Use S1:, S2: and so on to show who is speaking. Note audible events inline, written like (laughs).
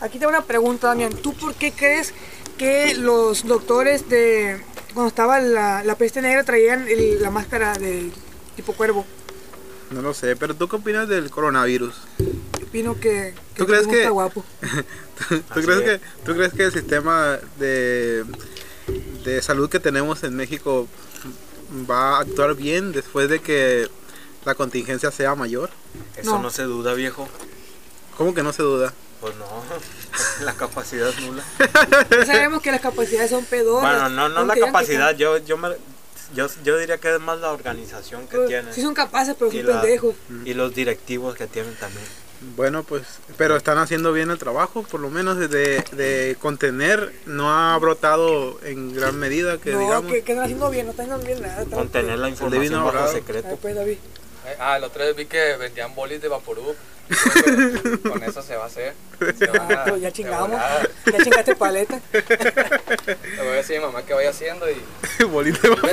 S1: Aquí tengo una pregunta, Damián. ¿Tú por qué crees que los doctores de cuando estaba la, la peste negra traían el- la máscara de tipo cuervo?
S2: No lo sé, pero ¿tú qué opinas del coronavirus? (laughs)
S1: Opino que, que
S2: ¿Tú crees
S1: el cuervo
S2: que-
S1: está guapo.
S2: ¿Tú
S3: Así
S2: crees,
S3: es.
S2: que, ¿Tú crees que el sistema de, de salud que tenemos en México va a actuar bien después de que la contingencia sea mayor?
S3: Eso
S1: No.
S3: no. se duda, viejo.
S2: ¿Cómo que no se duda?
S3: Pues no, (laughs) la capacidad es nula.
S1: Ya Pues sabemos que las capacidades son pedoras.
S3: Bueno, no, no la
S1: aunque digan que son-
S3: capacidad, yo, yo, me, yo, yo diría que es más la organización que
S1: Pues,
S3: tienen.
S1: Sí son capaces, pero
S3: y,
S1: son
S3: la-
S1: pendejos.
S3: y los directivos que tienen también.
S2: Bueno, pues, pero están haciendo bien el trabajo, por lo menos de, de contener, no ha brotado en gran medida que
S1: no,
S2: digamos.
S1: que, que están haciendo bien, no están haciendo bien nada. están-
S3: Contener la
S2: divino
S3: información bajo
S2: abogado.
S1: A ver,
S3: secreto.
S1: pues, David.
S4: Ah, la otra vez vi que vendían bolis de
S1: (laughs)
S4: Vaporub. Pero Con eso se va a hacer. Se van
S1: Ah,
S4: a-
S1: pues ya
S4: de
S1: chingamos.
S4: volada.
S1: Ya chingaste paleta.
S4: Le voy a decir a mi mamá que vaya haciendo y.
S2: (laughs) Bolita de vapor.